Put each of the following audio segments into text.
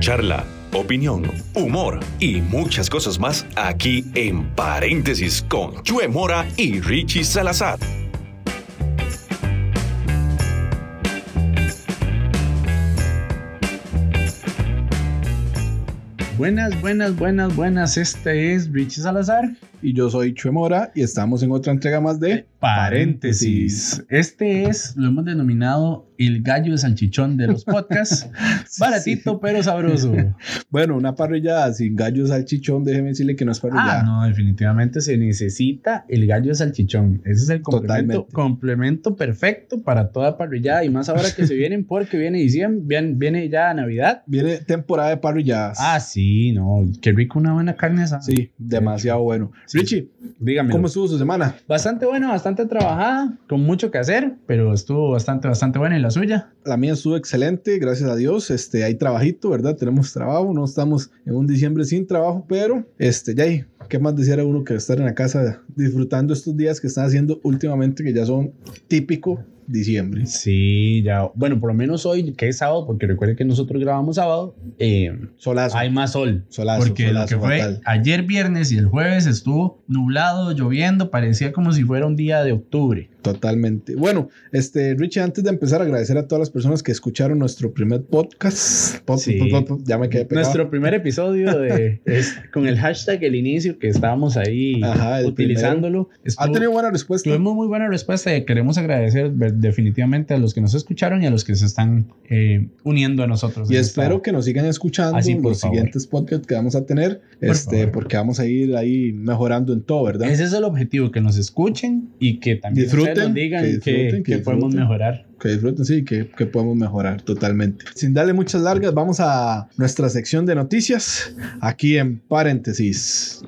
charla, opinión, humor y muchas cosas más aquí en Paréntesis con Chue Mora y Richie Salazar. Buenas, buenas, buenas, buenas. Este es Richie Salazar. Y yo soy Chue Mora y estamos en otra entrega más de Eh, Paréntesis. Este es, lo hemos denominado el gallo de salchichón de los podcasts. Baratito pero sabroso. Bueno, una parrillada sin gallos al chichón, déjeme decirle que no es parrillada. Ah, no, definitivamente se necesita el gallo de salchichón. Ese es el complemento, Totalmente. complemento perfecto para toda parrillada y más ahora que se vienen porque viene diciembre, bien- viene ya Navidad. Viene temporada de parrilladas. Ah, sí, no, qué rico una buena carne esa. sí, demasiado bueno. Sí. Richie, dígame. ¿cómo estuvo su semana? Bastante buena, bastante trabajada, con mucho que hacer, pero estuvo bastante, bastante buena en la suya. La mía estuvo excelente, gracias a Dios. Este, hay trabajito, ¿verdad? Tenemos trabajo, no estamos en un diciembre sin trabajo, pero este, ya ahí, ¿qué más deseara uno que estar en la casa disfrutando estos días que están haciendo últimamente que ya son típico diciembre? Sí, ya. Bueno, por lo menos hoy, que es sábado, porque recuerden que nosotros grabamos sábado, eh, Solazo, hay más sol. solazo, Porque lo solazo que fue fatal. ayer viernes y el jueves estuvo nublado, lloviendo, parecía como si fuera un día de octubre. Totalmente. Bueno, este, Richie, antes de empezar, agradecer a todas las personas que escucharon nuestro primer podcast. Pod- Sí. pod- pod- pod- ya me quedé pegado. Nuestro primer episodio de, es con el hashtag el inicio que estábamos ahí Ajá, el utilizándolo. ha Estuvo- tenido buena respuesta. Tuvimos muy buena respuesta y queremos agradecer ver- definitivamente a los que nos escucharon y a los que se están eh, uniendo a nosotros. Y en esta- espero que nos sigan escuchando Así, Ah, por los favor. siguientes podcasts que vamos a tener, este, favor. porque vamos a ir ahí mejorando en todo, ¿verdad? Ese es el objetivo, que nos escuchen y que también Disfruten, ustedes nos digan que que, disfruten, que que podemos disfruten. mejorar. Que disfruten, sí, que, que podemos mejorar totalmente. Sin darle muchas largas, vamos a nuestra sección de noticias, aquí en paréntesis.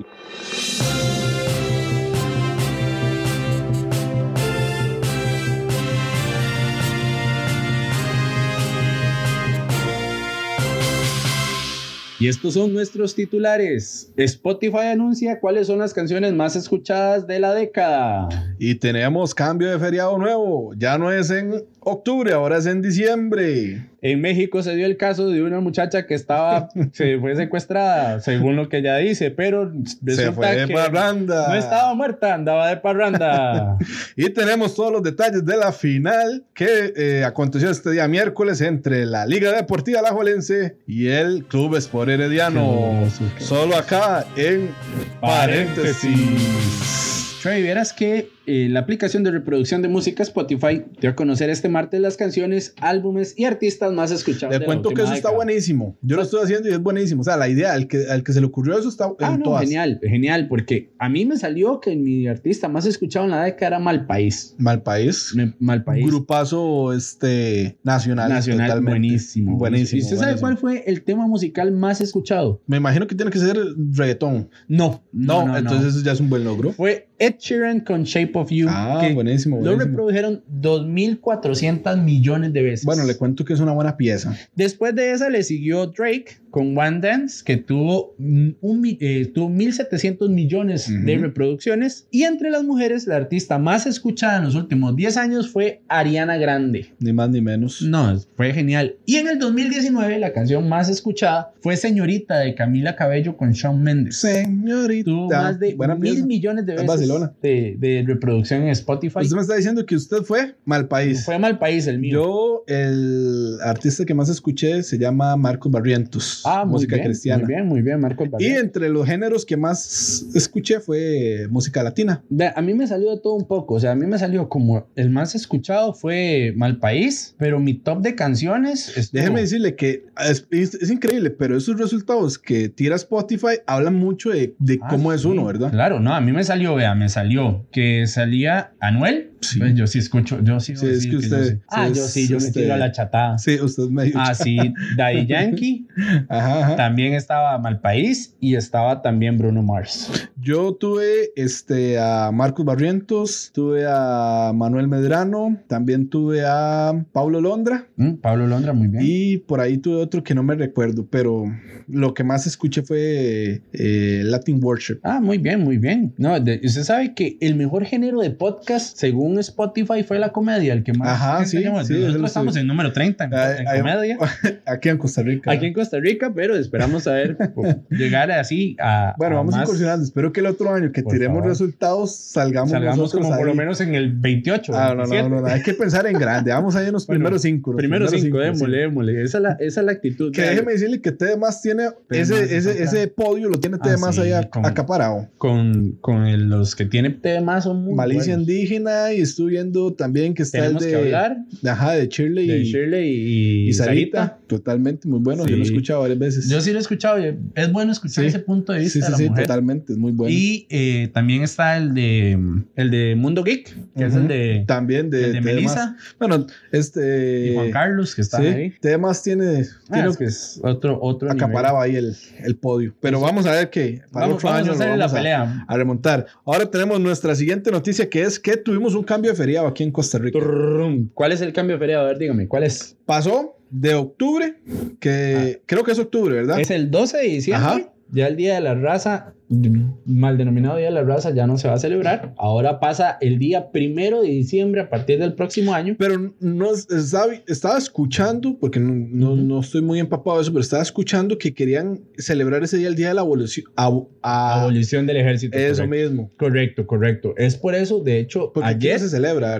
Y estos son nuestros titulares. Spotify anuncia cuáles son las canciones más escuchadas de la década. Y tenemos cambio de feriado nuevo. Ya no es en octubre, ahora es en diciembre. En México se dio el caso de una muchacha que estaba, se fue secuestrada, según lo que ella dice, pero Se fue resulta de que parranda. no estaba muerta, andaba de parranda. Y tenemos todos los detalles de la final que eh, aconteció este día miércoles entre la Liga Deportiva Alajuelense y el Club Espor Herediano. Qué hermoso. Solo acá en paréntesis. Trey, verás que eh, la aplicación de reproducción de música Spotify dio a conocer este martes las canciones, álbumes y artistas más escuchados. Le de la cuento que última eso está década. Pues- buenísimo. Yo lo estoy haciendo y es buenísimo. O sea, la idea, al que, al que se le ocurrió eso está Ah, en no, todas. genial, genial, porque a mí me salió que mi artista más escuchado en la década era Malpaís. Mal país. Me- Malpaís. Grupazo este, nacional. Nacional, totalmente. buenísimo. Buenísimo. ¿Y usted sabe buenísimo. cuál fue el tema musical más escuchado? Me imagino que tiene que ser reggaetón. No, No, entonces eso ya es un buen logro. Fue Ed Sheeran con Shape of You, Ah, que buenísimo. lo buenísimo. reprodujeron 2.400 millones de veces. Bueno, le cuento que es una buena pieza. Después de esa le siguió Drake con One Dance, que tuvo, mm, un, mi- eh, tuvo 1.700 millones de Ujú. reproducciones. Y entre las mujeres, la artista más escuchada en los últimos 10 años fue Ariana Grande. Ni más ni menos. No, fue genial. Y en el 2019, la canción más escuchada fue Señorita de Camila Cabello con Shawn Mendes. Señorita. Tuvo más de buena mil pieza. millones de Es veces vacilona. de, de reproducción en Spotify. Usted me está diciendo que usted fue mal país. Fue mal país el mío. Yo, el artista que más escuché se llama Marcos Barrientos. ah, muy música bien, cristiana. Muy bien, muy bien, Marcos. Y Barrientos. entre los géneros que más escuché fue música latina. Ve, A mí me salió de todo un poco, o sea, a mí me salió como el más escuchado fue Mal País, pero mi top de canciones es Déjeme decirle que es, es- es increíble, pero esos resultados que tira Spotify hablan mucho de, de cómo es uno, ¿verdad? Ah, Claro, no, a mí me salió, vea, me salió que salía Anuel. Sí. Pues yo sí escucho, yo sí. Sí, voy a es decir que yo usted- sí. Ah, sí, yo es sí, yo me este- tiro a la chatada. Sí, usted me Ah, sí, Daddy Yankee, Ajá, ajá. también estaba Mal País y estaba también Bruno Mars. Yo tuve este, a Marcos Barrientos, tuve a Manuel Medrano, también tuve a Pablo Londra Mm, Pablo Londra, muy bien. y por ahí tuve otro que no me recuerdo, pero lo que más escuché fue eh, Latin Worship. Ah, muy bien, muy bien. No, de- usted sabe que el mejor género de podcast, según según Spotify fue la comedia el que más. Ajá, gente sí, llamó. sí, eso Nosotros lo estamos sé. en número 30 en, Ay, en ay, comedia. Aquí en Costa Rica. Aquí en Costa Rica, pero esperamos a ver. Llegar así a. bueno, a vamos más, incursionando. Espero que el otro año que Por tiremos favor. resultados salgamos, Salgamos nosotros como por lo ahí. menos en el 28. Ah, no, no, 27. no, no, Hay que pensar en grande. Vamos ahí en los Bueno, primeros cinco. los Primero cinco, sí. eh, démosle, démosle. Esa es la, esa es la actitud. Que vean. déjeme decirle que TDMás tiene TDMás ese, es ese, acá. Ah, ese podio, lo tiene TDMás sí, ahí a- con- acaparado. Con, con el- los que tienen temas son muy. Malicia buenos. Indígena y estuve viendo también que está el Tenemos de, que hablar ajá, de Shirley de y, Shirley y, y Sarita. Totalmente, muy bueno. Yo lo he Sí. escuchado varias veces. Yo sí lo he escuchado. y Es bueno escuchar Sí. ese punto de vista sí, sí, de la sí, mujer. totalmente, es muy bueno. Y eh, también está el de El de Mundo Geek, que es el Ujú. de, también de, el de TDMás. Melissa Bueno, este. y Juan Carlos, que está sí, ahí. TDMás tiene, Ah, tiene es que es otro, otro nivel. acaparado ahí el, el podio. Pero vamos a ver que para el Vamos, otro vamos año a lo hacer la vamos a- pelea. a remontar. Ahora tenemos nuestra siguiente noticia que es que tuvimos un cambio de feriado aquí en Costa Rica. Turrum. ¿Cuál es el cambio de feriado? A ver, dígame, ¿cuál es? Pasó de octubre, Ah. que creo que es octubre, ¿verdad? Es el 12 de diciembre. Ajá. Ya el Día de la Raza, mal denominado Día de la Raza, ya no se va a celebrar. Ahora pasa el día primero de diciembre a partir del próximo año. Pero no es- estaba, estaba escuchando, porque no, no, Ujú. no estoy muy empapado de eso, pero estaba escuchando que querían celebrar ese día el día de la abolición. abo- a- Abolición del ejército. Ah, eso correcto. mismo. correcto, correcto. Es por eso, de hecho, Porque aquí no ayer se celebra.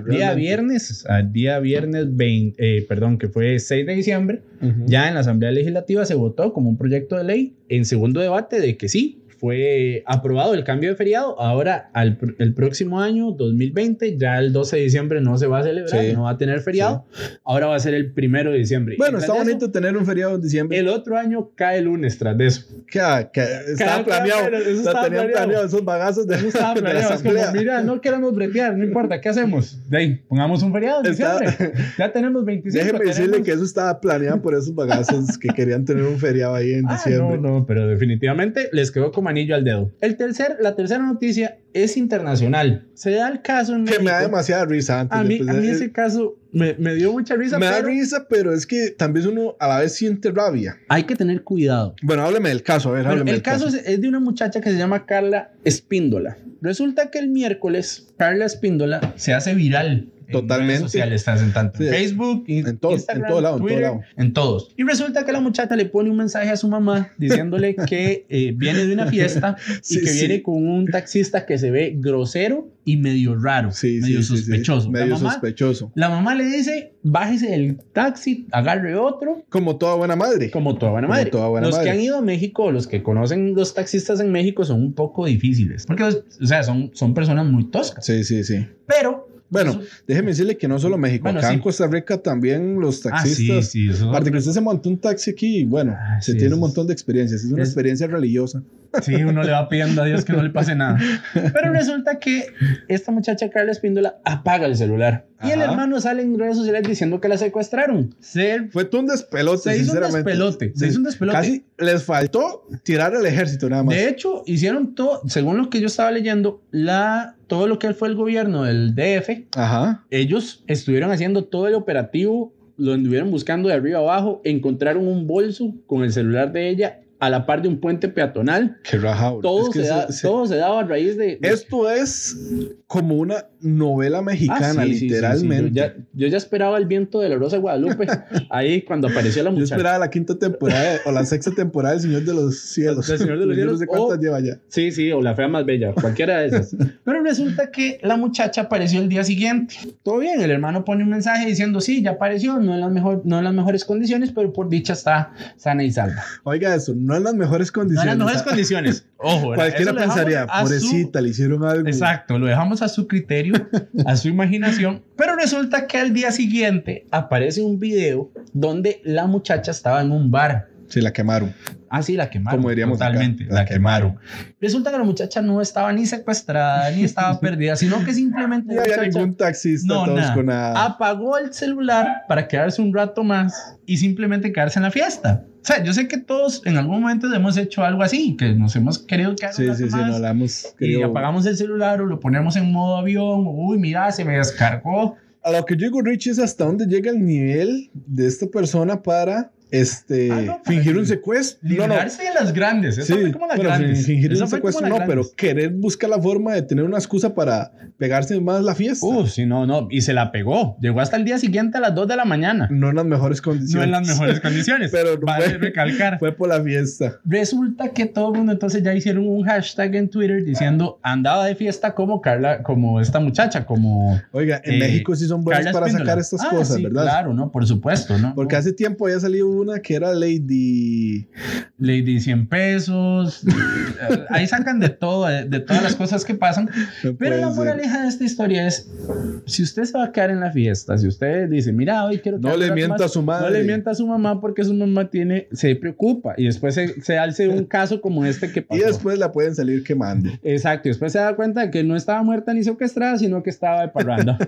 Día realmente. viernes, a día viernes 20, eh, perdón, que fue 6 de diciembre, Ujú. ya en la Asamblea Legislativa se votó como un proyecto de ley en segundo debate de que sí, fue aprobado el cambio de feriado. Ahora, al pr- el próximo año, 2020, ya el 12 de diciembre no se va a celebrar, Sí. no va a tener feriado. Ahora va a ser el primero de diciembre. Bueno, Y está tras de bonito eso, tener un feriado en diciembre. El otro año cae el lunes tras de eso. Cada- cada- estaba Cada- cada- planeado. pero eso lo estaba tenían planeado. planeado, esos bagazos de, Eso estaba de la planeado, es como, asamblea. mira, no queremos bretear, no importa, ¿qué hacemos? De ahí, pongamos un feriado en Está- diciembre. Ya tenemos 25. Déjeme decirle tenemos- que eso estaba planeado por esos bagazos que querían tener un feriado ahí en Ah, diciembre. No, no, pero definitivamente les quedó como anillo al dedo. El tercer, la tercera noticia es internacional. Se da el caso en Que me da México. demasiada risa antes. a mí, pues, a mí eh, ese caso me, me dio mucha risa, me da pero risa, pero es que también uno a la vez siente rabia. hay que tener cuidado. Bueno, hábleme del caso, a ver, Bueno, hábleme el del caso es, es de una muchacha que se llama Carla Espíndola. Resulta que el miércoles, Carla Espíndola se hace viral. en Totalmente. redes sociales, estás en tanto en Sí. Facebook, in- En todos, en Instagram, todo lado, en todo Twitter, lado. en todos. Y resulta que la muchacha le pone un mensaje a su mamá diciéndole que eh, viene de una fiesta y Sí, que sí. viene con un taxista que se ve grosero y medio raro, Sí, sí, medio sí, sí, sospechoso. La medio mamá- sospechoso. la mamá le dice, bájese del taxi, agarre otro Como toda buena madre. como toda buena Como madre. toda buena los que madre. han ido a México, los que conocen los taxistas en México son un poco difíciles. Porque, o sea, son, son personas muy toscas. Sí, sí, sí. Pero. Bueno, eso- déjeme decirle que no solo México, Bueno, acá en sí. Costa Rica también los Ah, sí, taxistas. sí, eso- Aparte que usted se montó un taxi aquí, y bueno, Ah, se sí, eso tiene un es- montón de experiencias. Es una es- experiencia religiosa. sí, uno le va pidiendo a Dios que no le pase nada. Pero resulta que esta muchacha Carla Espíndola apaga el celular. Y el Ajá. hermano sale en redes sociales diciendo que la secuestraron. Se, Fue todo un despelote, se hizo un Pues sinceramente. despelote. Se Sí. hizo un despelote. Casi les faltó tirar al ejército nada más. De hecho, hicieron todo, según lo que yo estaba leyendo, la, todo lo que fue el gobierno del DF, Ajá. ellos estuvieron haciendo todo el operativo, lo anduvieron buscando de arriba abajo, encontraron un bolso con el celular de ella a la par de un puente peatonal. Qué raja, bro. Todo, Es que se, se- da- se- todo se daba a raíz de... de- Esto es como una novela Ah, mexicana, sí, sí, sí, sí. literalmente. Yo, ya, yo ya esperaba el viento de la Rosa de Guadalupe ahí cuando apareció la Yo muchacha. esperaba la quinta temporada de- o la sexta temporada del Señor de los Cielos. Del Señor de los Yo no Cielos, Oh. sé cuántas o- lleva ya. Sí, sí, o la fea más bella, cualquiera de esas. Pero resulta que la muchacha apareció el día siguiente. Todo bien, el hermano pone un mensaje diciendo, sí, ya apareció, no en las, mejor, no en las mejores condiciones, pero por dicha está sana y salva. Oiga eso, no en las mejores No en condiciones. las mejores Ah, condiciones. Ojo, ¿verdad? Cualquiera Eso lo dejamos pensaría, a su- pobrecita, le hicieron algo. Exacto, lo dejamos a su criterio, a su imaginación, pero resulta que al día siguiente aparece un video donde la muchacha estaba en un bar. Sí, la quemaron. Ah, sí, la quemaron. Como diríamos acá, totalmente. la la quemaron. Resulta que la muchacha no estaba ni secuestrada ni estaba perdida, sino que simplemente No la había muchacha ningún taxista, No, todos nada. Ah, con nada. apagó el celular para quedarse un rato más y simplemente quedarse en la fiesta. O sea, yo sé que todos en algún momento hemos hecho algo así, que nos hemos querido quedar un sí, rato sí, sí, más no la hemos y querido- apagamos el celular o lo ponemos en modo avión. Uy, mira, se me descargó. A lo que yo digo, Rich, es hasta dónde llega el nivel de esta persona para este, Ah, no, para fingir que- un secuestro. No, no. Liberarse de las grandes. Eso Sí, fue como las bueno, grandes. fingir Eso un fue como secuestro las no, grandes. pero querer buscar la forma de tener una excusa para pegarse más la fiesta. Uh, sí, no, no. Y se la pegó. Llegó hasta el día siguiente a las 2 de la mañana. No en las mejores condiciones. No en las mejores condiciones. Mm, Pero no vale fue- recalcar. Fue por la fiesta. Resulta que todo el mundo entonces ya hicieron un hashtag en Twitter diciendo andaba de fiesta como Carla, como esta muchacha, como Oiga, en Eh, México sí son buenos Carla para Espíndola. sacar estas Ah, cosas, sí, ¿verdad? Claro, no, por supuesto, ¿no? Porque hace tiempo había salido una que era Lady. Lady 100 pesos. eh, Ahí sacan de todo, eh, de todas las cosas que pasan. No Pero puede la ser. moraleja de esta historia es: si usted se va a quedar en la fiesta, si usted dice, mira, hoy quiero No quedarme le las mienta más- a su madre. No le mienta a su mamá porque su mamá tiene, se preocupa y después se, se alce un caso como este que Y pasó. después la pueden salir quemando. Exacto, y después se da cuenta de que no estaba muerta ni secuestrada, sino que estaba de parranda.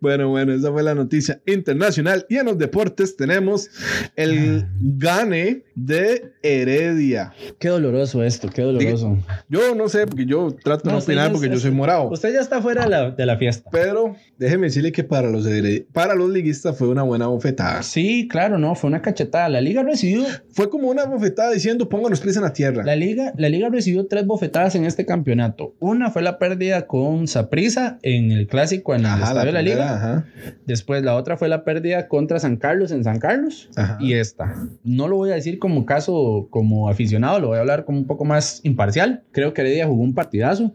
Bueno, bueno, esa fue la noticia internacional. Y en los deportes tenemos Ah. el gane de Heredia. qué doloroso esto, qué doloroso. Yo no sé, porque yo trato de No, no usted opinar ya porque es- yo soy morado. Usted ya está fuera de la, de la fiesta. Pero déjeme decirle que para los, here- para los liguistas fue una buena bofetada. Sí, claro, no, fue una cachetada. La liga recibió, Fue como una bofetada diciendo pongan los pies en la tierra. la liga, la liga recibió tres bofetadas en este campeonato. Una fue la pérdida con Saprisa en el clásico en el Ajá, estadio de la primera, liga. ajá. Después la otra fue la pérdida contra San Carlos en San Carlos. Ajá. Y esta, no lo voy a decir como caso, como aficionado, lo voy a hablar como un poco más imparcial. Creo que Heredia jugó un partidazo.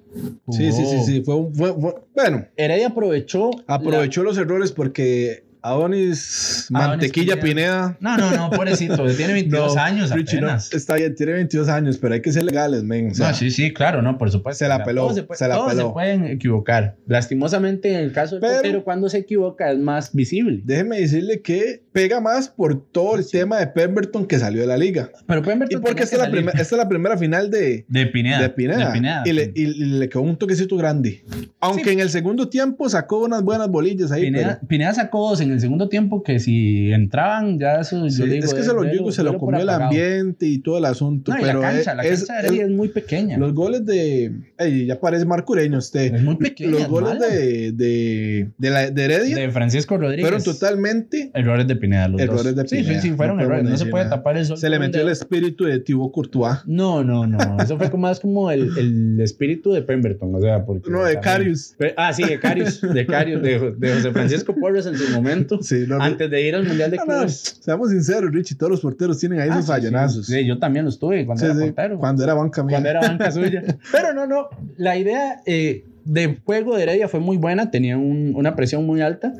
Sí, sí, sí, Jugó- sí. Fue un- fue- fue- bueno, Heredia aprovechó. aprovechó los errores porque Adonis, Mantequilla Pineda. la- No, no, no, pobrecito. Tiene 22 años Richie, no, apenas. está bien, tiene 22 años, pero hay que ser legales, men. o sea, no, sí, sí, claro, no, por supuesto. se la Mira, peló, todos pue- se la todos peló. se pueden equivocar. Lastimosamente, en el caso del Pero- portero, cuando se equivoca es más visible. Déjeme decirle que pega más por Ah, todo el tema de Pemberton que salió de la liga. Pero pueden ver Y porque esta es, la primera, esta es la primera final de, De Pineda. de Pineda. Y, le, y- y le quedó un toquecito grande. Aunque en el segundo tiempo sacó unas buenas bolillas ahí. Pineda, pero- Pineda sacó dos en el segundo tiempo que si entraban, ya eso yo Sí, digo, es que se lo, duelo- digo, se lo duelo por comió el apagado. ambiente y todo el asunto. No, y pero la cancha, es- la es- cancha de Heredia es, muy pequeña. los goles de. ey, ya parece Marcureño usted. es muy pequeña. Los es goles mala. de, de, de la, de Heredia de Francisco Rodríguez. fueron totalmente. Errores de Pineda, los dos. Errores de Sí, Pineda, sí, sí, fueron no errores. podemos No se decir puede nada. tapar el sol. Se le con un metió el dedo. espíritu de Thibaut Courtois. No, no, no. Eso fue como- más como el, el espíritu de Pemberton. O sea, porque. No, de también- Carius. Pe- Ah, sí, de Carius. De Carius, de, Jo- de José Francisco Porres en su momento. Sí, no, Antes de ir al Mundial de no, no, Clubes. Seamos sinceros, Richie, todos los porteros tienen ahí Ah, sus sí, fallonazos. Sí, Sí, yo también los tuve cuando Sí, era sí, portero. Cuando era banca mía. cuando era banca suya. Pero no, no, la idea eh, de juego de Heredia fue muy buena, tenía un- una presión muy alta.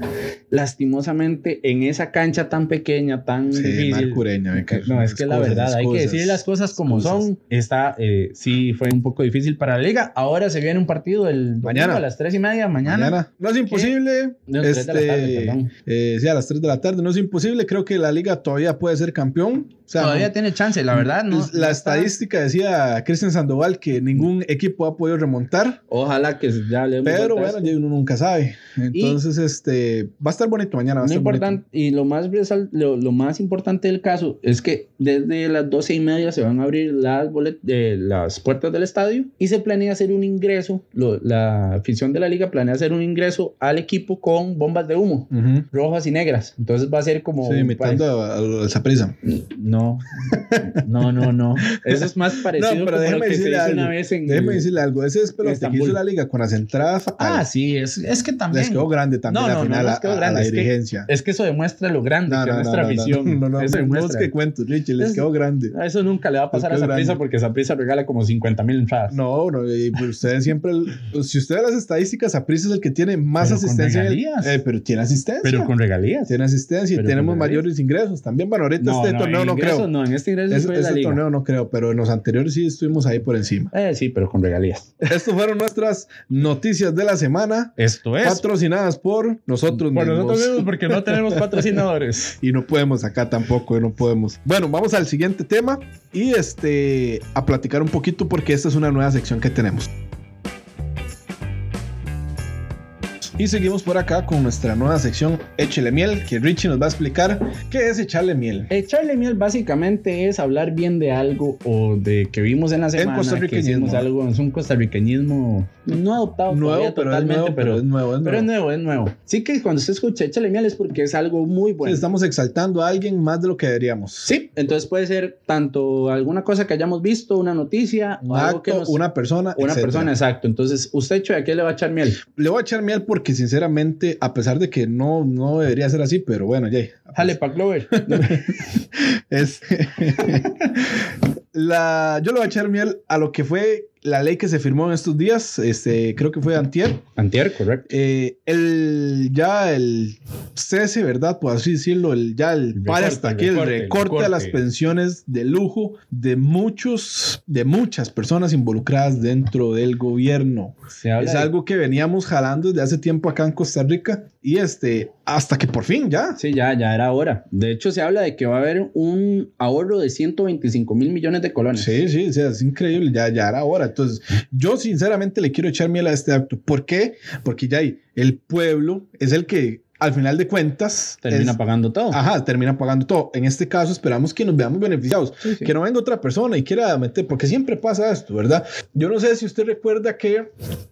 Lastimosamente, en esa cancha tan pequeña, tan Sí, difícil. Marcureño. hay No, es que la excusas, verdad, hay que excusas. decir las cosas como excusas. son. Está, eh, sí, fue un poco difícil para la liga. Ahora se viene un partido el domingo Mañana. a las tres y media mañana. Mañana. No es imposible. No, tres de la tarde, este, perdón. eh, sí, a las 3 de la tarde. No es imposible. Creo que la liga todavía puede ser campeón. O sea, Todavía no- tiene chance, la verdad. No, la no está- estadística decía Cristian Sandoval que ningún equipo ha podido remontar. Ojalá que ya le demos Pero vuelta a bueno, esto. ya uno nunca sabe. Entonces, este va a estar bonito mañana. Va a No estar bonito. importan- y lo más, resal- lo, lo más importante del caso es que desde las doce y media se van a abrir las, bolet- de las puertas del estadio y se planea hacer un ingreso, lo- la afición de la liga planea hacer un ingreso al equipo con bombas de humo, Ujú. rojas y negras. Entonces va a ser como... Sí, imitando a, a esa prisa. No, no, no, no. Eso es más parecido pero como lo déjeme que se decirle hizo algo. una vez en... Déjeme decirle algo. Ese es pelote que Mm. Estambul. hizo la liga con las entradas Ah, fatales. sí, es, es que también... les quedó grande también No, al no, no, final les a- quedó a, grande, la es que- dirigencia. Es que eso demuestra lo grande que es nuestra afición. No, no, Eso no, demuestra. que cuentos, Richie, les Es- quedó grande. A Eso nunca le va a pasar a Qué grande. Saprisa porque Saprisa regala como 50 mil entradas. No, no, y pues ustedes siempre, pues, si usted ve las estadísticas, Aprisa es el que tiene más Pero con asistencia. en el- regalías. eh, pero tiene asistencia. pero con regalías. tiene asistencia y pero tenemos con regalías. mayores ingresos también. Bueno, ahorita este torneo en no ingresos creo. No, en este ingreso Es- fue de la este liga. torneo no creo, pero en los anteriores sí estuvimos ahí por encima. Eh, sí, pero con regalías. Estas fueron nuestras noticias de la semana, Esto es. patrocinadas por nosotros Pues, por mismos. nosotros mismos porque no tenemos patrocinadores. y no podemos acá tampoco, no podemos. Bueno, vamos al siguiente tema y este a platicar un poquito porque esta es una nueva sección que tenemos. Y seguimos por acá con nuestra nueva sección Échele miel, que Richie nos va a explicar qué es echarle miel. Echarle miel básicamente es hablar bien de algo o de que vimos en la semana. que costarriqueñismo. hicimos algo, es un costarriqueñismo no adoptado Nuevo, todavía pero es totalmente, nuevo, pero es nuevo, es pero es nuevo. nuevo, es nuevo. Sí que cuando usted escucha échale miel es porque es algo muy Sí, bueno. Estamos exaltando a alguien más de lo que deberíamos. Sí, entonces puede ser tanto alguna cosa que hayamos visto, una noticia, Un o algo acto, que nos- una persona. una etcétera. persona, exacto. Entonces, usted hecho de aquí le va a echar miel. Le voy a echar miel porque, sinceramente, a pesar de que no, no debería ser así, pero bueno, Jay. Jale pa' Clover. Es, la, yo le voy a echar miel a lo que fue la ley que se firmó en estos días. Este, creo que fue Antier. Antier, correcto. Eh, el, ya el cese, ¿verdad? Por así decirlo, el, ya el, El para recorte, hasta el aquí, el recorte, recorte, el a las recorte. pensiones de lujo de muchos, de muchas personas involucradas dentro del gobierno. Se habla Es de- algo que veníamos jalando desde hace tiempo acá en Costa Rica y este, hasta que por fin ya. Sí, ya, ya era hora. De hecho, se habla de que va a haber un ahorro de 125 mil millones de colones. Sí, sí, o sea, es increíble, ya, ya era hora. Entonces, yo sinceramente le quiero echar miel a este acto. ¿Por qué? Porque ya ahí, el pueblo es el que al final de cuentas Termina es- Ah, pagando todo. Ajá, termina pagando todo. En este caso, esperamos que nos veamos beneficiados. Sí, sí. Que no venga otra persona y quiera meter, porque siempre pasa esto, ¿verdad? Yo no sé si usted recuerda que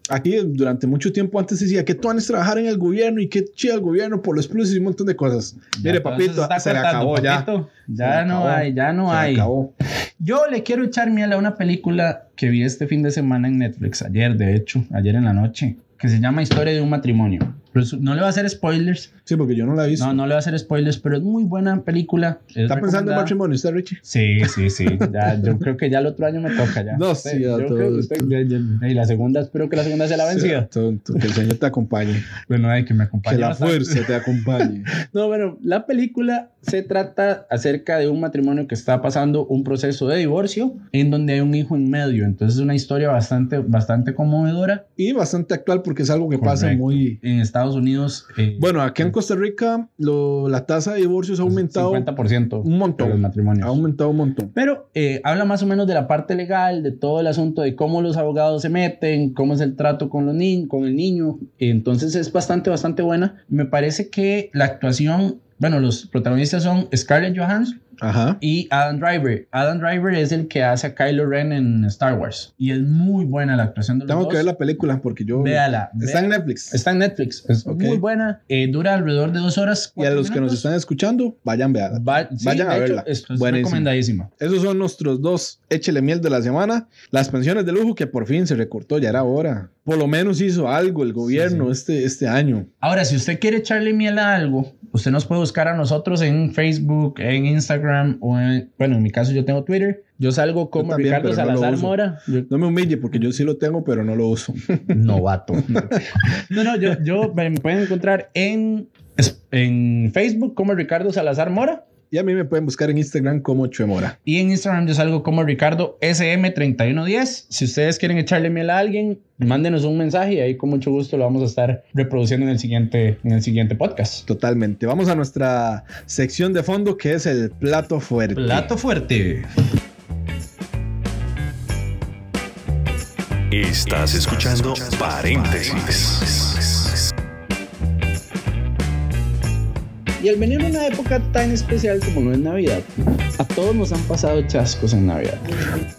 aquí durante mucho tiempo antes se decía que tú antes trabajar en el gobierno y que chido el gobierno por los pluses y un montón de cosas. Ya, Mire, todo papito, eso está se le cortando, acabó ya. papito. Se Ya le no acabó. hay, ya no Se le hay. acabó. Yo le quiero echar miel a una película que vi este fin de semana en Netflix, ayer de hecho, ayer en la noche, que se llama Historia de un matrimonio. Resu- No le va a hacer spoilers, Sí, porque yo no la he visto. no, no le va a hacer spoilers, pero es muy buena película. Es ¿Está pensando en recomendada. matrimonio usted, Richie? Sí, sí, sí. Ya, yo creo que ya el otro año me toca ya. No, Usted- sí, ya yo todo- creo que usted- ya- ya- Y la segunda, espero que la segunda sea la vencida. Sea tonto, que el Señor te acompañe. Bueno, hay que me acompañe. que la bastante. fuerza te acompañe. No, bueno, la película se trata acerca de un matrimonio que está pasando un proceso de divorcio en donde hay un hijo en medio. Entonces es una historia bastante, bastante conmovedora. Y bastante actual porque es algo que pasa Correcto. muy... En Estados Unidos, eh, Bueno, aquí en Costa Rica lo- la tasa de divorcios ha Pues, aumentado 50% un de los montón. Ha matrimonios. aumentado un montón. Pero eh, habla más o menos de la parte legal, de todo el asunto de cómo los abogados se meten, cómo es el trato con, los ni- con el niño. Entonces es bastante, bastante buena. Me parece que la actuación, bueno, los protagonistas son Scarlett Johansson, Ajá. y Adam Driver. Adam Driver es el que hace a Kylo Ren en Star Wars. Y es muy buena la actuación de los Tengo dos. que ver la película porque yo... Véala. ve- Está en Netflix. está en Netflix. Es Ok. muy buena. Eh, dura alrededor de dos horas. Y a los que nos están escuchando, vayan, vean. vayan vayan a a verla. esto es Buenísima. recomendadísima. Esos son nuestros dos échele miel de la semana. Las pensiones de lujo que por fin se recortó, ya era hora. Por lo menos hizo algo el gobierno Este, este año. Ahora, si usted quiere echarle miel a algo, usted nos puede buscar a nosotros en Facebook, en Instagram o en... Bueno, en mi caso yo tengo Twitter. Yo salgo como también, Ricardo pero no lo Salazar uso. Mora. Yo- No me humille porque yo sí lo tengo, pero no lo uso. novato. No, no, yo, yo me pueden encontrar en, en Facebook como Ricardo Salazar Mora Y a mí me pueden buscar en Instagram como Chuemora. y en Instagram yo salgo como Ricardo SM3110. Si ustedes quieren echarle miel a alguien, mándenos un mensaje y ahí con mucho gusto lo vamos a estar reproduciendo en el siguiente, en el siguiente podcast. Totalmente. Vamos a nuestra sección de fondo que es el plato fuerte. fuerte. Estás escuchando Paréntesis. Y al venir una época tan especial como no es Navidad, a todos nos han pasado chascos en Navidad.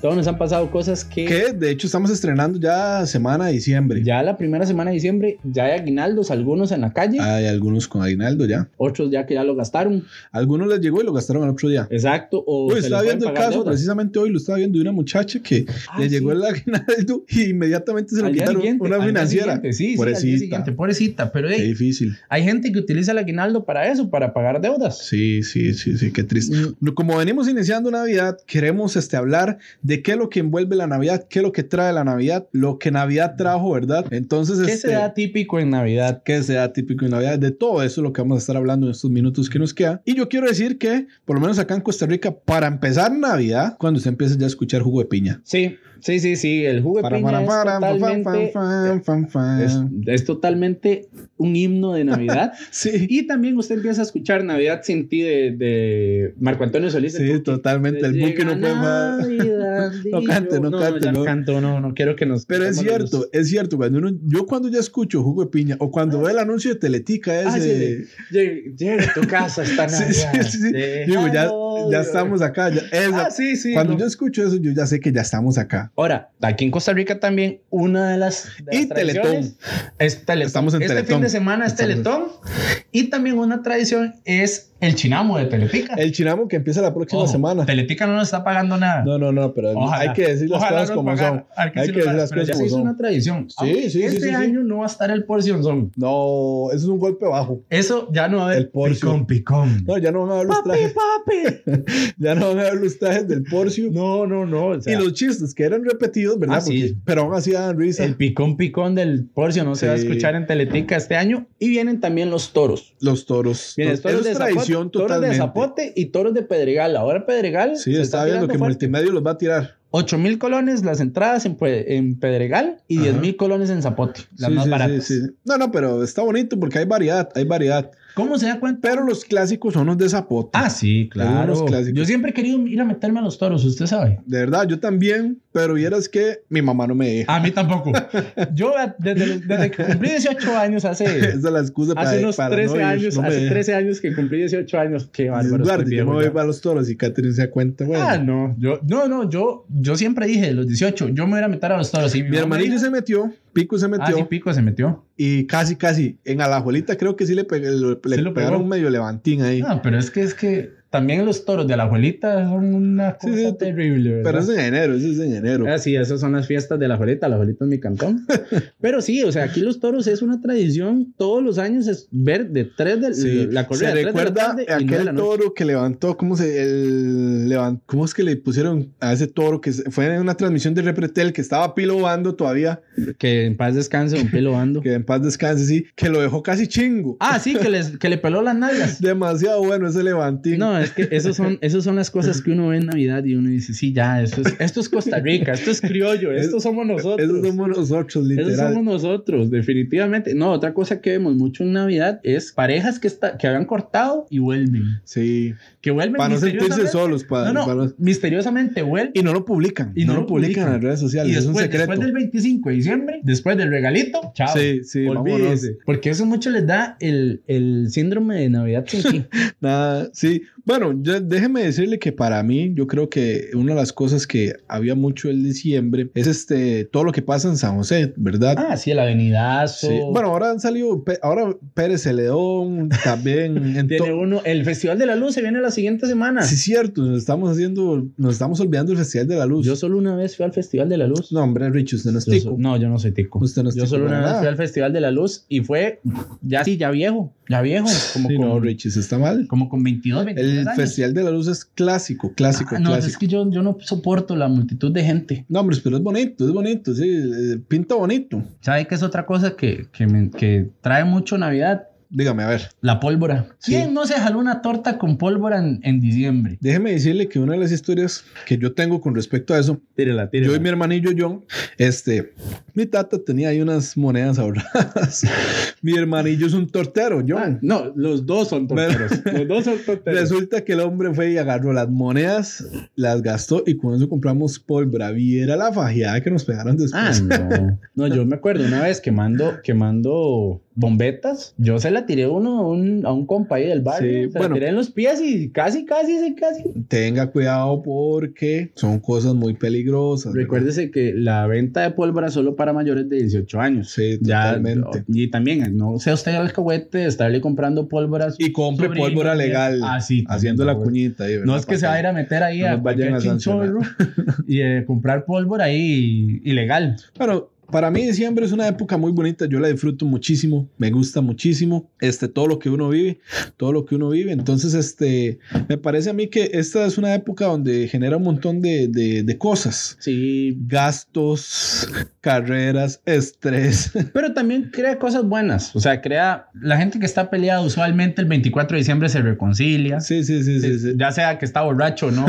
Todos nos han pasado cosas que... Que de hecho estamos estrenando ya semana de diciembre. Ya la primera semana de diciembre ya hay aguinaldos, algunos en la calle, Hay algunos con aguinaldo ya. otros ya que ya lo gastaron. Algunos les llegó y lo gastaron al otro día. Exacto. O Uy, Uh, se estaba lo pueden viendo el pagar caso, deudas. precisamente hoy lo estaba viendo de una muchacha que Ah, le sí. llegó el aguinaldo y inmediatamente se lo Al día quitaron siguiente, al una día financiera. siguiente, Sí, sí, al día Pobrecita. siguiente, pobrecita. Pero Qué hey, difícil. hay gente que utiliza el aguinaldo para eso, para pagar deudas. Mm, Sí, sí, sí, sí, qué triste. No, Como venimos iniciando Navidad, queremos este, hablar de qué es lo que envuelve la Navidad, qué es lo que trae la Navidad, lo que Navidad trajo, ¿verdad? Entonces, ¿Qué este, se da típico en Navidad? qué se da típico en Navidad? De todo eso es lo que vamos a estar hablando en estos minutos que nos quedan. Y yo quiero decir que, por lo menos acá en Costa Rica, para empezar Navidad, cuando usted empieza ya a escuchar jugo de piña. Sí, Sí, sí, sí, el jugo de Para, piña para, es para, fan, fan, totalmente- fan, fan, fan. es- es totalmente un himno de Navidad. Sí, Y también usted empieza a escuchar Navidad sin ti de, de Marco Antonio Solís. sí, totalmente. El buque no puede más. No cante, no cante, No no. canto, no, no quiero que nos. Pero es quitemos los- cierto, es cierto. Cuando uno, yo cuando ya escucho jugo de piña o cuando veo el anuncio de Teletica Ah, ese, Llega llega a tu casa esta Sí, Navidad. sí, sí, sí. digo, ya, Déjalo. ya estamos acá. ya- esa- Ah, sí, sí. cuando no. yo escucho eso, yo ya sé que ya estamos acá. Ahora, aquí en Costa Rica también una de las. de las Y Teletón. tradiciones Es Teletón. Estamos en este Teletón. fin de semana es Estamos en- Teletón. Y también una tradición es el chinamo de Teletica. El chinamo que empieza la próxima Ojo, semana. Teletica no nos está pagando nada. No, no, no, pero hay que decir las Ojalá cosas nos como pagara. son. Hay que, Hay decir que decir las cosas como son. Es una tradición. Sí, Aunque sí, sí, Este sí, sí. año no va a estar el porción son. No, eso es un golpe bajo. Eso ya no va a haber. El Picón, porción. picón. No, ya no van a ver los Papi, trajes. papi. Ya no van a ver los trajes del Porcio. No, no, no. o sea, y los chistes que eran repetidos, ¿verdad? Ah, sí. Porque- pero aún así daban risa. el picón, picón del porción no se va a Sí. escuchar en Teletica este año. Y vienen también los toros. Los toros. Vienen Eso es tradición zapote, toros de totalmente. zapote y toros de pedregal. Ahora pedregal. Sí, estaba viendo que multimedia los va a tirar. 8 mil colones las entradas en, Pe- en pedregal y Ajá. 10 mil colones en zapote. Las Sí, más sí, sí, baratas. sí. No, no, pero está bonito porque hay variedad, hay variedad. ¿Cómo se da cuenta? Pero los clásicos son los de zapote. Ah, sí, claro. Algunos clásicos. Yo siempre he querido ir a meterme a los toros, usted sabe. De verdad, yo también, pero vieras que mi mamá no me deja. A mí tampoco. Yo desde, los- desde que cumplí 18 años, hace, Esa es la excusa para, hace unos para 13 no ir, años, no me hace deja. 13 años que cumplí 18 años, qué bárbaro. Eduardo, estoy yo viejo me voy ya. para los toros y Catherine se da cuenta, bueno. Ah, no, yo, no, no, yo, yo siempre dije, de los 18, yo me voy a meter a los toros. Y Mi mamá me hermanillo dijo- se metió, Pico se Ah, metió sí, Pico se metió. y casi, casi, en Alajuelita creo que sí le, pegué- le- le Sí lo pegó. pegaron medio levantín ahí. Ah, pero es que, es que también los toros de la abuelita son una Sí, cosa sí, te- terrible, ¿verdad? pero eso es en enero, eso es en enero. Ah, sí, esas son las fiestas de la Jolita. La Jolita es mi cantón. Pero sí, o sea, aquí los toros es una tradición. Todos los años es ver de tres de Sí, la corrida. se de tres de la recuerda tarde y nueve de la aquel noche. toro que levantó, ¿cómo, se, el, levan- ¿cómo es que le pusieron a ese toro? Que se- fue en una transmisión de Repretel que estaba pilobando todavía, Que en paz descanse, don Pelo Ando. que en paz descanse, sí, que lo dejó casi chingo. ah, sí, que, les, que le peló las nalgas. Demasiado bueno ese levantín. No, es que esos son, esos son las cosas que uno ve en Navidad y uno dice, sí, ya, esto es, esto es Costa Rica, esto es criollo, Es- esto somos nosotros. Esos somos Esos nosotros, literal. somos nosotros, definitivamente. No, otra cosa que vemos mucho en Navidad es parejas que, está, que habían cortado y vuelven. Sí, Que vuelven para no sentirse misteriosamente. solos. Para, No, no, para no- misteriosamente vuelve. Y no lo publican. Y no, no lo lo publican en publican. las redes sociales. Y es un después, secreto. después del 25 de diciembre, después del regalito, chao. Sí, sí, vámonos. Olvídese. Porque eso mucho les da el, el síndrome de Navidad sin ti. Nada, sí. Bueno, yo- déjeme decirle que para mí, yo creo que una de las cosas que había mucho el diciembre es este todo lo que pasa en San José, ¿verdad? ah, oh. sí, el avenidazo. Sí. Bueno, ahora han salido, Pe- ahora Pérez Celedón también. en tiene to- uno. El Festival de la Luz se viene la siguiente semana. Sí, cierto, nos estamos haciendo, nos estamos olvidando el Festival de la Luz. Yo solo una vez fui al Festival de la Luz. No, hombre, Rich, usted no es Yo so- tico. no, yo no soy tico. Usted no es yo tico solo para una vez nada. fui al Festival de la Luz y fue ya sí, ya viejo, ya viejo, como, Sí, con, no, Rich, usted está mal. como con 22, 23 El años. Festival de la Luz es clásico, clásico, Ah, no, clásico. es que yo, yo no soporto la multitud de gente. No, hombre, pero es bonito, es bonito, sí, eh, pinta bonito. ¿Sabe qué es otra cosa que, que, me- que trae mucho Navidad? Dígame, a ver, La pólvora. Sí. ¿Quién no se jaló una torta con pólvora en, en diciembre? déjeme decirle que una de las historias que yo tengo con respecto a eso, Tírela, yo y mi hermanillo John, este, mi tata tenía ahí unas monedas ahorradas. mi hermanillo es un tortero, John. No, los dos son torteros. los dos son torteros. Resulta que el hombre fue y agarró las monedas, las gastó y con eso compramos pólvora. Viera la fajeada que nos pegaron Ah, después. no. No, yo me acuerdo una vez quemando, quemando bombetas. Yo se la tiré uno a un, a un compa ahí del barrio. Sí, se la bueno. tiré en los pies y casi, casi, sí, casi. Tenga cuidado porque son cosas muy peligrosas. ¿verdad? Recuérdese que la venta de pólvora solo para mayores de 18 años. Sí, totalmente. y también, no sea usted el alcahuete de estarle comprando pólvora. a su Y compre sobrino, pólvora también. legal. Ah, sí, también, haciendo la güey. cuñita. ahí, No ¿verdad? es que se va a ir a meter ahí No a nos vayan cualquier a sancionar. chinchorro y eh, comprar pólvora ahí ilegal. Bueno, Para mí diciembre es una época muy bonita, yo la disfruto muchísimo, me gusta muchísimo, este, todo lo que uno vive, todo lo que uno vive. Entonces, este, me parece a mí que esta es una época donde genera un montón de, de- de cosas. Sí, Gastos, carreras, estrés. pero también crea cosas buenas. O sea, crea la gente que está peleada usualmente el 24 de diciembre se reconcilia. Sí, sí, sí, sí. sí. Ya sea que está borracho o no,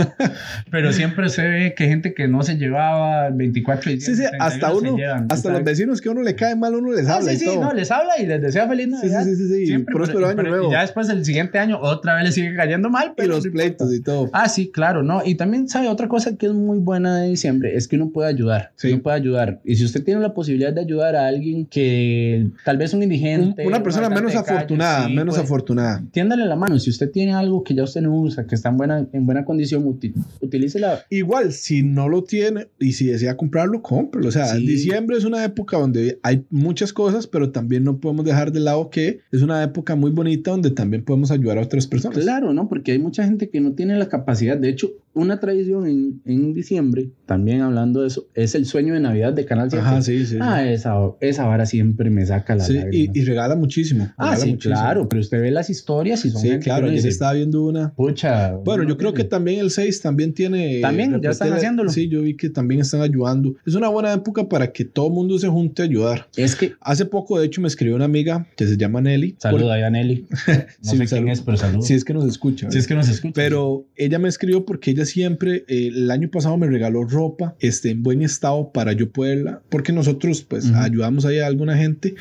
pero siempre se ve que gente que no se llevaba el 24 de Sí, sí, diciembre. hasta 31 se uno, llevan, hasta los ¿sabes? vecinos que a uno le cae mal, uno les Ah, habla sí, y sí, todo. no, les habla y les desea feliz Sí, Navidad. sí, sí, sí, sí. y Siempre, Próspero pero- año pero- y nuevo. ya después del siguiente año otra vez le sigue cayendo mal. Y pero los no importa. pleitos y todo. Ah, sí, claro, ¿no? Y también, ¿sabe? Otra cosa que es muy buena de diciembre es que uno puede ayudar. Sí. Uno puede ayudar. Y si usted tiene la posibilidad de ayudar a alguien que tal vez un Un- indigente... una un persona habitante menos de calle, afortunada, sí, pues. menos puede- afortunada. Tiéndale la mano. Si usted tiene algo que ya usted no usa, que está en buena, en buena condición, uti- utilícela. Igual, si no lo tiene y si desea comprarlo, cómprelo. O sea, Sí. diciembre es una época donde hay muchas cosas, pero también no podemos dejar de lado que es una época muy bonita donde también podemos ayudar a otras personas. Claro, ¿no? Porque hay mucha gente que no tiene la capacidad. De hecho, una tradición en, en diciembre, también hablando de eso, es el sueño de Navidad de Canal 7. Ajá, sí, sí. sí. Ah, esa, esa vara siempre me saca la Sí, lágrima. y, y regala muchísimo. Ah, regala sí, muchísimo. claro, pero usted ve las historias y son Sí, gente claro. que uno Ayer dice, estaba viendo una. pucha. Bueno, uno yo creo que tiene". también el 6 también tiene. También, ya están reportera- haciéndolo. Sí, yo vi que también están ayudando. Es una buena época para que todo mundo se junte a ayudar. es que Hace poco, de hecho, me escribió una amiga que se llama Nelly. saluda a Nelly. No Sí, sé quién saluda. es, pero saluda. Por- Si es que nos escucha. Si es que nos escucha. Pero ella me escribió porque ella siempre, eh, el año pasado me regaló ropa este, en buen estado para yo poderla, porque nosotros pues Ujú. ayudamos ahí a alguna gente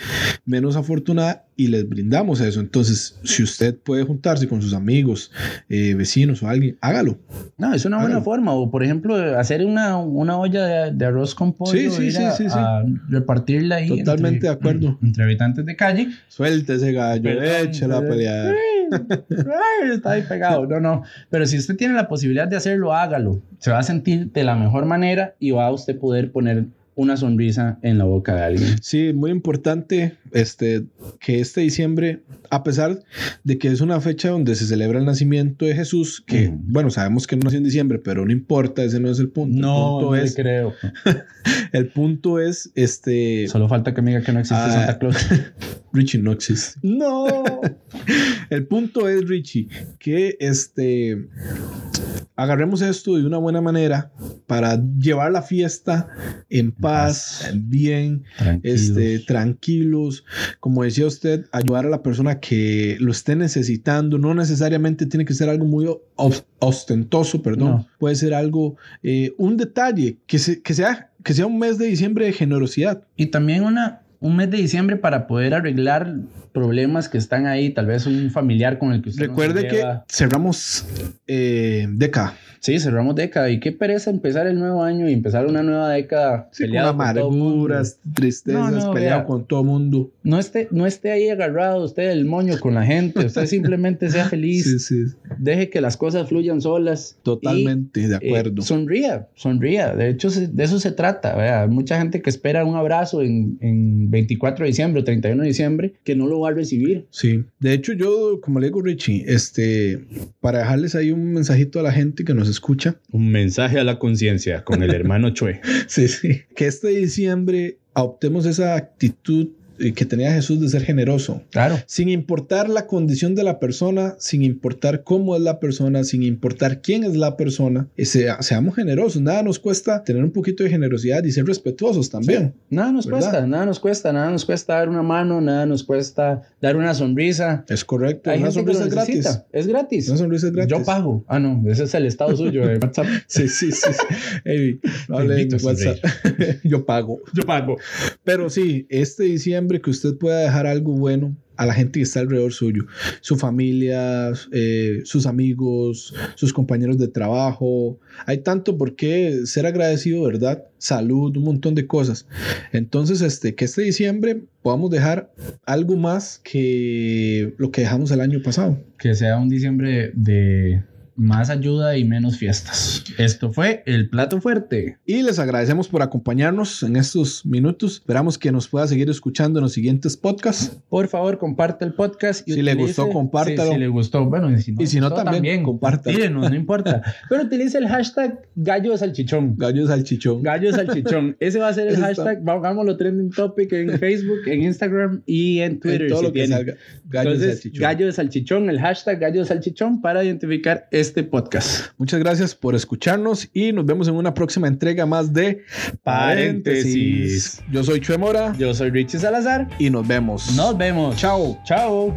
menos afortunada y les brindamos eso. Entonces, si usted puede juntarse con sus amigos, eh, vecinos o alguien, hágalo. no, es una buena Hágalo. forma. O por ejemplo, hacer una, una olla de, de arroz con pollo. Sí, sí, ir sí, a- sí, sí. a repartirla ahí. Totalmente de acuerdo. Entre habitantes de calle. Suelte ese gallo, Perdón, échela a perdón. pelear. Ay, eh, Está ahí pegado. No, no. Pero si usted tiene la posibilidad de hacerlo, hágalo. Se va a sentir de la mejor manera y va a usted poder poner una sonrisa en la boca de alguien. Sí, muy importante este, que este diciembre, a pesar de que es una fecha donde se celebra el nacimiento de Jesús, que Ujú. bueno, sabemos que no nació en diciembre, pero no importa, ese no es el punto. el punto le es, creo. el punto es este, Solo falta que me diga que no existe Ah. Santa Claus. Richie no existe. No. El punto es, Richie, que este, agarremos esto de una buena manera para llevar la fiesta en paz, paz. bien, este, Este. tranquilos, como decía usted, ayudar a la persona que lo esté necesitando, no necesariamente tiene que ser algo muy ob- ostentoso, perdón, No. puede ser algo, eh, un detalle, que, se- que, sea, que sea un mes de diciembre de generosidad. Y también una, un mes de diciembre para poder arreglar problemas que están ahí, tal vez un familiar con el que usted no se Recuerde que lleva. cerramos eh, década. Sí, cerramos década. Y qué pereza empezar el nuevo año y empezar una nueva década. Sí, con peleado todo mundo. amarguras, No, tristezas, no, peleado vea. con todo mundo. No esté, no esté ahí agarrado usted el moño con la gente. Usted simplemente sea feliz. Sí, sí, Deje que las cosas fluyan solas. y, totalmente de eh, acuerdo. sonría, sonría. De hecho, se- de eso se trata. vea. Hay mucha gente que espera un abrazo en, en 24 de diciembre o 31 de diciembre que no lo va a recibir. Sí, de hecho yo, como le digo Richie, este, para dejarles ahí un mensajito a la gente que nos escucha, Un mensaje a la conciencia con el hermano Chue. Sí, sí. Que este diciembre adoptemos esa actitud eh, que tenía Jesús de ser generoso. Claro. Sin importar la condición de la persona, sin importar cómo es la persona, sin importar quién es la persona, eh, sea- seamos generosos. Nada nos cuesta tener un poquito de generosidad y ser respetuosos también. Nada nos ¿Verdad? cuesta, nada nos cuesta, nada nos cuesta dar una mano, nada nos cuesta dar una sonrisa. Es correcto. Hay una gente que Pues sonrisa lo es gratis. necesita. Es gratis. Una sonrisa es gratis. Yo pago. Ah, no, ese es el estado suyo de WhatsApp. Sí, sí, sí. Ey, no hable Te invito en a WhatsApp. Yo pago. Yo pago. Pero sí, este diciembre que usted pueda dejar algo bueno a la gente que está alrededor suyo, su familia, eh, sus amigos, sus compañeros de trabajo. Hay tanto por qué ser agradecido, ¿verdad? Salud, un montón de cosas. Entonces, este, que este diciembre podamos dejar algo más que lo que dejamos el año pasado. Que sea un diciembre de más ayuda y menos fiestas. Esto fue el plato fuerte. Y les agradecemos por acompañarnos en estos minutos. Esperamos que nos pueda seguir escuchando en los siguientes podcasts. Por favor, comparte el podcast. Si le gustó, compártalo. Sí, si le gustó, bueno, y si no, Y si no, gustó, también, compártalo. Tírenos, no importa. Pero utilice el hashtag gallo de salchichón. Gallo salchichón. Gallo de salchichón. Ese va a ser el Eso está. hashtag. Hagámoslo trending topic en Facebook, en Instagram y en Twitter. En todo si lo que tienen. salga. Gallo Entonces, salchichón. Gallo de Salchichón, el hashtag Gallo de Salchichón para identificar este podcast. Muchas gracias por escucharnos y nos vemos en una próxima entrega más de Paréntesis. Yo soy Chue Mora Yo soy Richie Salazar. y nos vemos. Nos vemos. Chao. Chao.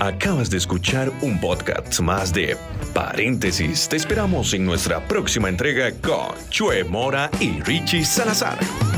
Acabas de escuchar un podcast más de Paréntesis. Te esperamos en nuestra próxima entrega con Chue Mora y Richie Salazar.